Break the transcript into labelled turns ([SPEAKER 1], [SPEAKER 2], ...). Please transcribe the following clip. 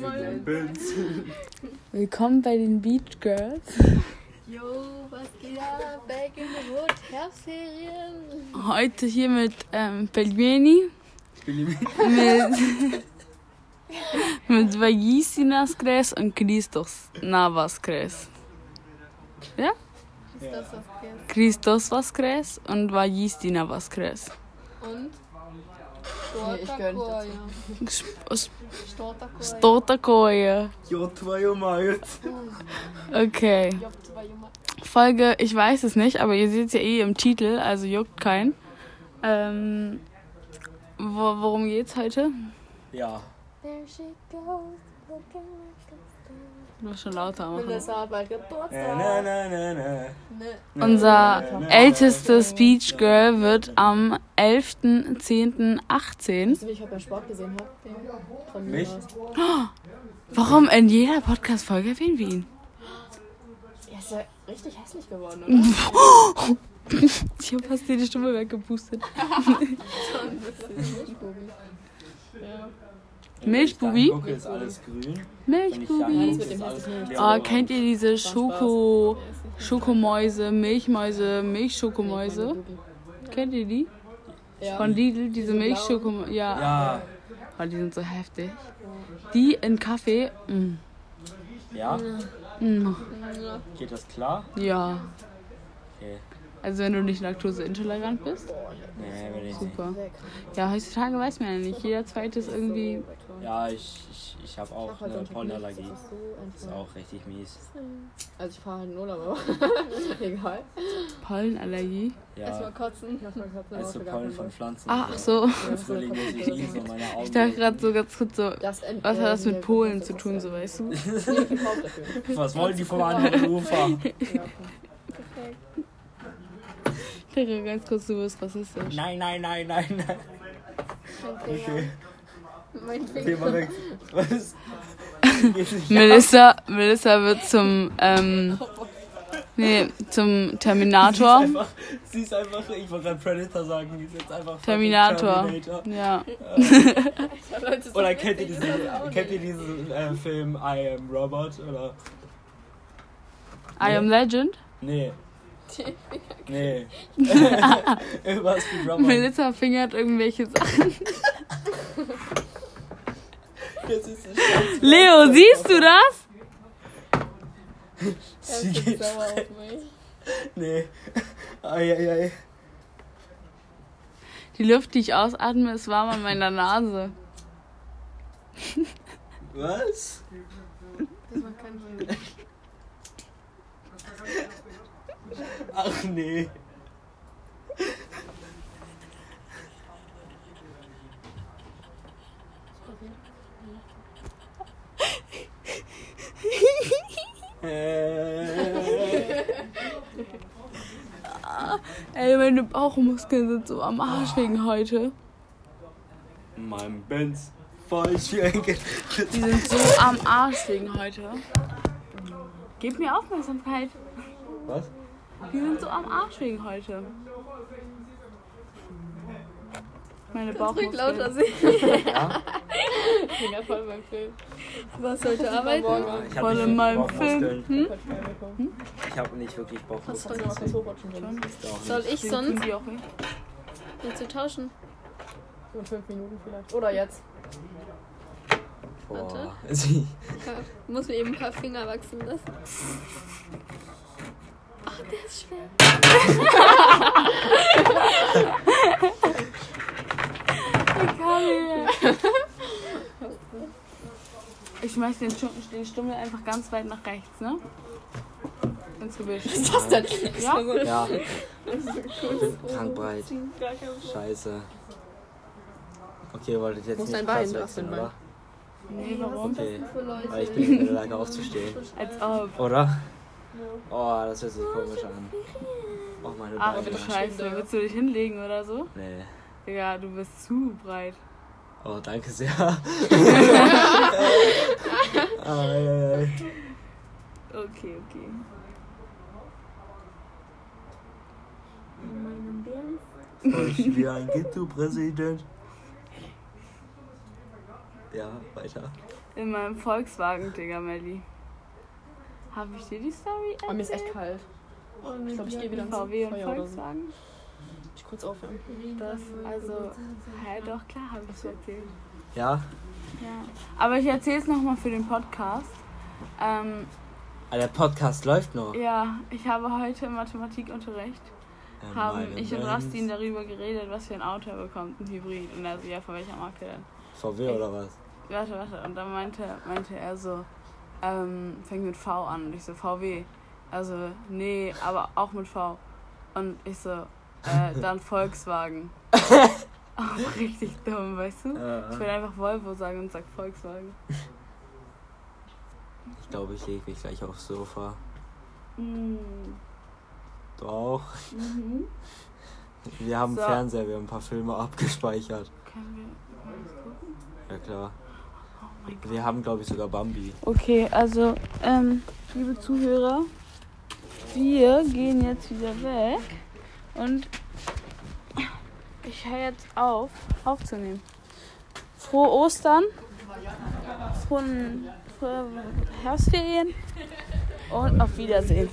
[SPEAKER 1] Moin.
[SPEAKER 2] Willkommen bei den Beach Girls.
[SPEAKER 1] Yo, was geht ab? Back in the Wood, Herbstferien.
[SPEAKER 2] Heute hier mit ähm, Pelmeni, mit, mit Vagisinas Kres und Christos Navas Kres.
[SPEAKER 1] Ist das was geht?
[SPEAKER 2] Christos was Kres und Vagisina was Kres.
[SPEAKER 1] Und?
[SPEAKER 3] ich gönn das.
[SPEAKER 1] Stotakoya. Stotakoya.
[SPEAKER 2] Что такое?
[SPEAKER 3] Jo, твою мать.
[SPEAKER 2] Okay.
[SPEAKER 1] Hm, Job zwei Junge.
[SPEAKER 2] Folge, ich weiß es nicht, aber ihr seht es ja eh im Titel, also juckt keinen. Ähm, wo, worum geht's heute?
[SPEAKER 3] Ja.
[SPEAKER 4] There she goes, looking like a
[SPEAKER 2] Du musst schon lauter machen.
[SPEAKER 1] Melissa hat bald
[SPEAKER 3] Na, na,
[SPEAKER 1] Geburtstag.
[SPEAKER 3] na, na, na.
[SPEAKER 1] Ne.
[SPEAKER 2] Unser ältestes Beach Girl wird am 11.10.18.
[SPEAKER 1] Weißt du, wie ich heute beim Sport gesehen hab? Den Von
[SPEAKER 3] Mich?
[SPEAKER 1] Jonas.
[SPEAKER 2] Warum in jeder Podcast-Folge erwähnen wir ihn?
[SPEAKER 1] Er ist ja richtig hässlich geworden, oder?
[SPEAKER 2] Ich habe fast jede Stimme weggepustet.
[SPEAKER 1] ja.
[SPEAKER 2] Milchbubi?
[SPEAKER 3] Gucke, ist alles grün. Wenn ich
[SPEAKER 2] Milchbubi.
[SPEAKER 3] angucke, ist alles
[SPEAKER 2] Oh,
[SPEAKER 3] blau.
[SPEAKER 2] kennt ihr diese Schoko, Schokomäuse, Milchmäuse, Milchschokomäuse? Kennt ihr die?
[SPEAKER 1] Ja.
[SPEAKER 2] Von Lidl, diese Milchschokomäuse. Ja.
[SPEAKER 3] Ja.
[SPEAKER 2] Oh, die sind so heftig. Die in Kaffee. Mm.
[SPEAKER 3] Ja.
[SPEAKER 2] Mm.
[SPEAKER 3] Geht das klar?
[SPEAKER 2] Ja.
[SPEAKER 3] Okay.
[SPEAKER 2] Also wenn du nicht laktoseintolerant bist.
[SPEAKER 3] Nee, will ich nicht.
[SPEAKER 2] Super. Ja, heutzutage weiß man ja nicht. Jeder zweite ist irgendwie.
[SPEAKER 3] Ja, ich, ich, ich habe auch
[SPEAKER 1] halt
[SPEAKER 2] also
[SPEAKER 3] eine Pollenallergie.
[SPEAKER 1] Das ist so
[SPEAKER 3] Ist
[SPEAKER 1] einfach.
[SPEAKER 3] auch richtig mies.
[SPEAKER 1] Also ich fahre halt in Urlaub, aber egal.
[SPEAKER 2] Pollenallergie.
[SPEAKER 3] Ja.
[SPEAKER 1] Erstmal kotzen. Erstmal kotzen. aber
[SPEAKER 3] Also
[SPEAKER 1] sogar
[SPEAKER 3] Pollen
[SPEAKER 1] keinen
[SPEAKER 3] von Pflanzen.
[SPEAKER 2] Ah, ach so.
[SPEAKER 1] Bock.
[SPEAKER 3] Im Frühling muss ich niesen und eh meine Augen.
[SPEAKER 2] Ich dachte gerade so ganz kurz so.
[SPEAKER 1] Das ent-
[SPEAKER 2] Was hat
[SPEAKER 1] äh,
[SPEAKER 2] das
[SPEAKER 1] hier
[SPEAKER 2] mit Polen
[SPEAKER 1] kommt
[SPEAKER 2] zu
[SPEAKER 1] das
[SPEAKER 2] tun,
[SPEAKER 1] aus
[SPEAKER 2] so
[SPEAKER 1] der-
[SPEAKER 2] weißt du?
[SPEAKER 1] Nee, ich kaufe dafür.
[SPEAKER 3] Was wollen die vom anderen Ufer?
[SPEAKER 2] Ich dachte ganz kurz, du bist rassistisch.
[SPEAKER 3] Nein, nein, nein, nein, nein. Okay.
[SPEAKER 1] Mein Finger.
[SPEAKER 3] Thema weg. Was?
[SPEAKER 2] Melissa, Melissa wird zum. Ähm, nee, zum Terminator.
[SPEAKER 3] Sie ist einfach, sie ist einfach ich wollte gerade Predator sagen, die ist jetzt einfach fucking
[SPEAKER 2] Terminator.
[SPEAKER 3] Terminator.
[SPEAKER 2] Ja.
[SPEAKER 1] Leute, so
[SPEAKER 3] Oder kennt ihr
[SPEAKER 1] witzig
[SPEAKER 3] diesen,
[SPEAKER 1] ist das auch
[SPEAKER 3] kennt ihr
[SPEAKER 1] nicht.
[SPEAKER 3] diesen äh, Film I Am Robot? Oder?
[SPEAKER 2] I am Legend.
[SPEAKER 3] Nee. Nee. Was für Robot?
[SPEAKER 2] Melissa fingert irgendwelche Sachen.
[SPEAKER 3] Das ist ein Schatz.
[SPEAKER 2] Leo, siehst du das?
[SPEAKER 1] Er
[SPEAKER 3] Sie
[SPEAKER 1] ist jetzt
[SPEAKER 3] geht.
[SPEAKER 1] sauer auf mich.
[SPEAKER 3] Nee. Eieiei.
[SPEAKER 2] Die Luft, die ich ausatme, ist warm an meiner Nase.
[SPEAKER 3] Was?
[SPEAKER 1] Das macht keinen Sinn.
[SPEAKER 3] Ach nee. Äh,
[SPEAKER 2] Ey, meine Bauchmuskeln sind so am Arsch wegen heute.
[SPEAKER 3] mein Benz voll schwenken.
[SPEAKER 2] Die sind so am Arsch wegen heute. Gebt mir Aufmerksamkeit.
[SPEAKER 3] Was?
[SPEAKER 2] Die sind so am Arsch wegen heute. Meine
[SPEAKER 1] Ruhig lauter
[SPEAKER 2] Bauchmuskeln.
[SPEAKER 1] sehen.
[SPEAKER 3] Ja?
[SPEAKER 1] Finger voll beim Film. Was heute arbeiten?
[SPEAKER 3] Ich
[SPEAKER 2] Voll in meinem Film. Hm?
[SPEAKER 3] Ich habe nicht wirklich Bauchmuskeln.
[SPEAKER 1] Soll ich
[SPEAKER 2] Tun
[SPEAKER 1] sonst
[SPEAKER 2] die auch weh?
[SPEAKER 1] jetzt zu tauschen?
[SPEAKER 3] In fünf Minuten vielleicht.
[SPEAKER 1] Oder jetzt?
[SPEAKER 3] Boah.
[SPEAKER 1] Ja, Muss mir eben ein paar Finger wachsen lassen. Ach, der ist schwer.
[SPEAKER 2] Ich schmeiß den, Schu- den Stummel einfach ganz weit nach rechts, ne? Ins Gebüsch.
[SPEAKER 1] Was denn?
[SPEAKER 2] Ja?
[SPEAKER 3] Ja. Krankbreit. Scheiße. Okay, ihr wolltet jetzt
[SPEAKER 1] Muss
[SPEAKER 3] nicht
[SPEAKER 1] dein
[SPEAKER 3] Platz
[SPEAKER 1] Bein,
[SPEAKER 3] wechseln,
[SPEAKER 1] mach dein
[SPEAKER 3] oder?
[SPEAKER 2] Nee, warum?
[SPEAKER 3] Okay.
[SPEAKER 1] Für Leute.
[SPEAKER 3] Aber ich bin nicht in der Lage aufzustehen.
[SPEAKER 2] Als ob.
[SPEAKER 3] Oder? Oh, das hört sich komisch an. Oh, meine
[SPEAKER 2] Ach du
[SPEAKER 3] Beine.
[SPEAKER 2] Scheiße, willst du dich hinlegen oder so?
[SPEAKER 3] Nee.
[SPEAKER 2] Digga, du bist zu breit.
[SPEAKER 3] Oh, danke sehr. Eieiei.
[SPEAKER 2] Okay, okay.
[SPEAKER 3] Euch wie ein Ghetto-Präsident. Ja, weiter.
[SPEAKER 2] In meinem Volkswagen, Digga, Melli. Habe ich dir die Story erzählt?
[SPEAKER 5] Aber mir ist echt kalt.
[SPEAKER 1] Und
[SPEAKER 5] Ich glaube, ich gehe wieder
[SPEAKER 2] Mit
[SPEAKER 5] ins
[SPEAKER 2] VW und
[SPEAKER 5] Feuer oder so.
[SPEAKER 2] Volkswagen?
[SPEAKER 5] Ich kurz aufhören.
[SPEAKER 2] Das, also, ja doch, klar habe ich es erzählt.
[SPEAKER 3] Ja?
[SPEAKER 2] Ja. Aber ich erzähle es nochmal für den Podcast. Ähm,
[SPEAKER 3] Ah, der Podcast läuft noch.
[SPEAKER 2] ja, ich habe heute Mathematikunterricht.
[SPEAKER 3] Ähm,
[SPEAKER 2] Haben
[SPEAKER 3] meine
[SPEAKER 2] ich und
[SPEAKER 3] Benz.
[SPEAKER 2] Rastin darüber geredet, was für ein Auto er bekommt, ein Hybrid. Und also, ja, von welcher Marke denn?
[SPEAKER 3] VW oder was?
[SPEAKER 2] Warte, warte. Und dann meinte, meinte er so, ähm, fängt mit V an. Und ich so, VW. Also, nee, aber auch mit V. Und ich so, äh, dann Volkswagen. auch richtig dumm, weißt du? Hm?
[SPEAKER 3] Ah.
[SPEAKER 2] Ich will einfach Volvo sagen und sag Volkswagen.
[SPEAKER 3] Ich glaube, ich lege mich gleich aufs Sofa.
[SPEAKER 2] Mhm.
[SPEAKER 3] Du auch?
[SPEAKER 2] Mhm.
[SPEAKER 3] Wir haben
[SPEAKER 2] So.
[SPEAKER 3] Fernseher, wir haben ein paar Filme abgespeichert.
[SPEAKER 2] Können wir mal was gucken?
[SPEAKER 3] Ja klar.
[SPEAKER 2] Oh mein Gott.
[SPEAKER 3] Wir haben, glaube ich, sogar Bambi.
[SPEAKER 2] Okay, also, ähm, liebe Zuhörer, wir gehen jetzt wieder weg und ich höre jetzt auf, aufzunehmen. Frohe Ostern, frohen, frohe Herbstferien und auf Wiedersehen.